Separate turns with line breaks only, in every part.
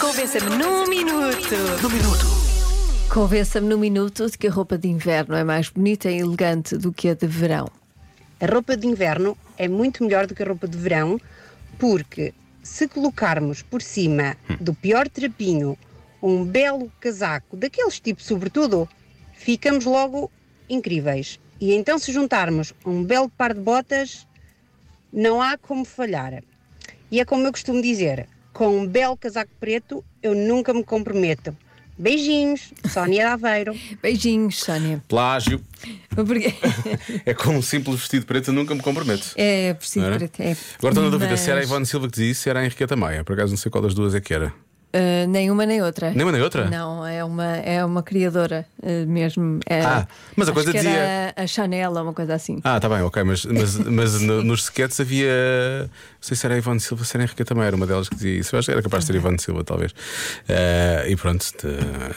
Convença-me num minuto.
Convença-me no minuto de que a roupa de inverno é mais bonita e elegante do que a de verão.
A roupa de inverno é muito melhor do que a roupa de verão, porque se colocarmos por cima do pior trapinho um belo casaco, daqueles tipos sobretudo, ficamos logo incríveis. E então, se juntarmos um belo par de botas, não há como falhar. E é como eu costumo dizer: com um belo casaco preto, eu nunca me comprometo. Beijinhos, Sónia de Aveiro.
Beijinhos, Sónia.
Plágio.
Porque
É com um simples vestido preto, eu nunca me comprometo.
é preciso
Não era?
para até.
Agora estou na dúvida se era a
Mas,
Ivone Silva que dizia isso, se era a Henriqueta Maia. Por acaso não sei qual das duas é que era.
ah, nem uma nem outra.
Nem uma nem outra?
Não, é uma, é uma criadora ah, mesmo. É,
Ah, mas a
acho
coisa
que era
dizia-
A Chanel ou uma coisa assim.
Ah, tá bem, ok, mas, mas, mas no- nos sketches havia. Não sei se era a Ivone Silva, se era a Henriqueta Maia, era uma delas que dizia isso. Eu acho que era capaz de ser a Ivone Silva, talvez. Eh, e pronto, te-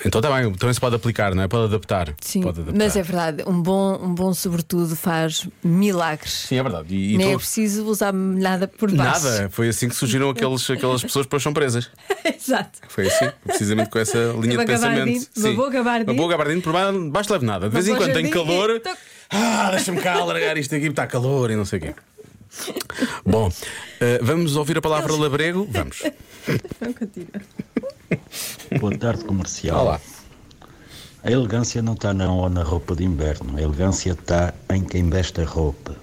então tá bem, também se pode aplicar, não é? Pode adaptar.
Sim,
pode adaptar.
mas é verdade, um bom, um bom sobretudo faz milagres.
Sim, é verdade. E, e
nem é
tô-
preciso usar nada por baixo.
Nada, foi assim que surgiram aqueles, aquelas pessoas que depois são presas.
Exato.
Foi assim, precisamente com essa linha
Uma
de pensamento.
gabardine, uma boa gabardine.
Uma boa gabardine, por baixo leve nada. De vez em
boa
quando tem
jardim e
calor.
toc.
Ah, deixa-me cá largar isto aqui, está calor e não sei o quê. Bom, eh, vamos ouvir a palavra labrego? Vamos.
Boa tarde, comercial.
Olá.
A elegância não está na, na roupa de inverno, a elegância está em quem veste a roupa.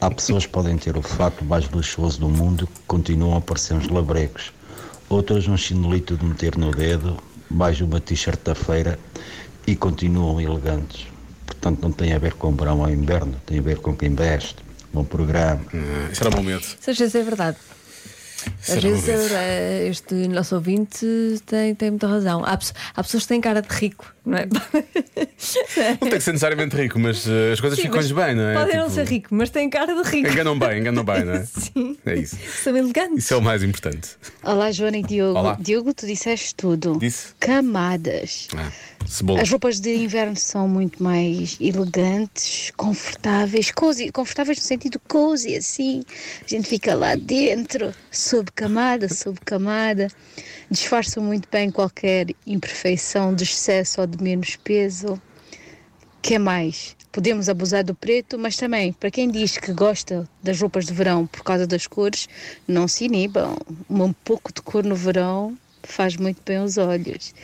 Há pessoas que podem ter o fato mais luxuoso do mundo que continuam a parecer uns labregos. Outras um chinelito de meter no dedo, mais uma t-shirt da feira e continuam elegantes. Portanto, não tem a ver com verão ou inverno, tem a ver com quem veste. Bom programa.
Isso era um momento.
Às vezes é verdade.
Isso
Às
era um
vezes
momento.
eh, este nosso ouvinte tem, tem muita razão. Há, pe- há pessoas que têm cara de rico, não é?
Não tem que ser necessariamente rico, mas eh, as coisas
Sim,
ficam-lhes
mas
bem, não é?
Podem não
Tipo,
ser rico, mas têm cara de rico.
Enganam bem, enganam bem, não é?
Sim.
É isso.
São elegantes.
Isso é o mais importante.
Olá, Joana e Diogo.
Olá.
Diogo, tu disseste tudo.
Disse?
Camadas.
Ah, cebola.
As roupas de inverno são muito mais elegantes, confortáveis, cozy, confortáveis no sentido cozy, assim. A gente fica lá dentro, sob camada, sob camada. Disfarçam muito bem qualquer imperfeição de excesso ou de menos peso. que é mais? Podemos abusar do preto, mas também, para quem diz que gosta das roupas de verão por causa das cores, não se inibam. Um pouco de cor no verão faz muito bem os olhos.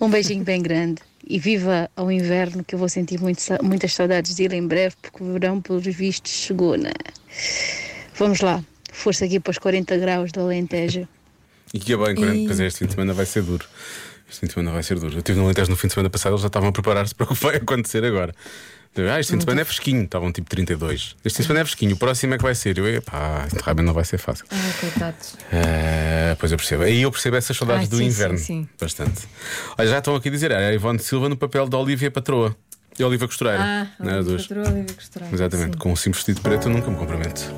Um beijinho bem grande e viva ao inverno, que eu vou sentir muito sa- muitas saudades dele em breve, porque o verão, pelos vistos, chegou, né? Vamos lá, força aqui para os 40 graus do Alentejo.
E que é bem, 40, pois é, este fim de semana vai ser duro. Este fim de semana vai ser duro. Eu estive no Alentejo no fim de semana passado, eles já estavam a preparar-se para o que vai acontecer agora. Eu, Ah, este fim de semana é fresquinho, estavam tipo 32. Este fim de semana é fresquinho, o próximo é que vai ser. Eu, epá, isto realmente não vai ser fácil.
Ai, coitados.
Ah, pois eu percebo. Aí eu percebo essas saudades
Ah,
do
sim,
inverno.
sim, sim.
Bastante. Olha, já estão aqui a dizer, era a Ivone Silva no papel da Olivia Patroa. E a Oliva Costureira.
Ah,
Não era duas.
Patroa, Oliva Costureira.
Exatamente, com um simples vestido preto eu nunca me comprometo.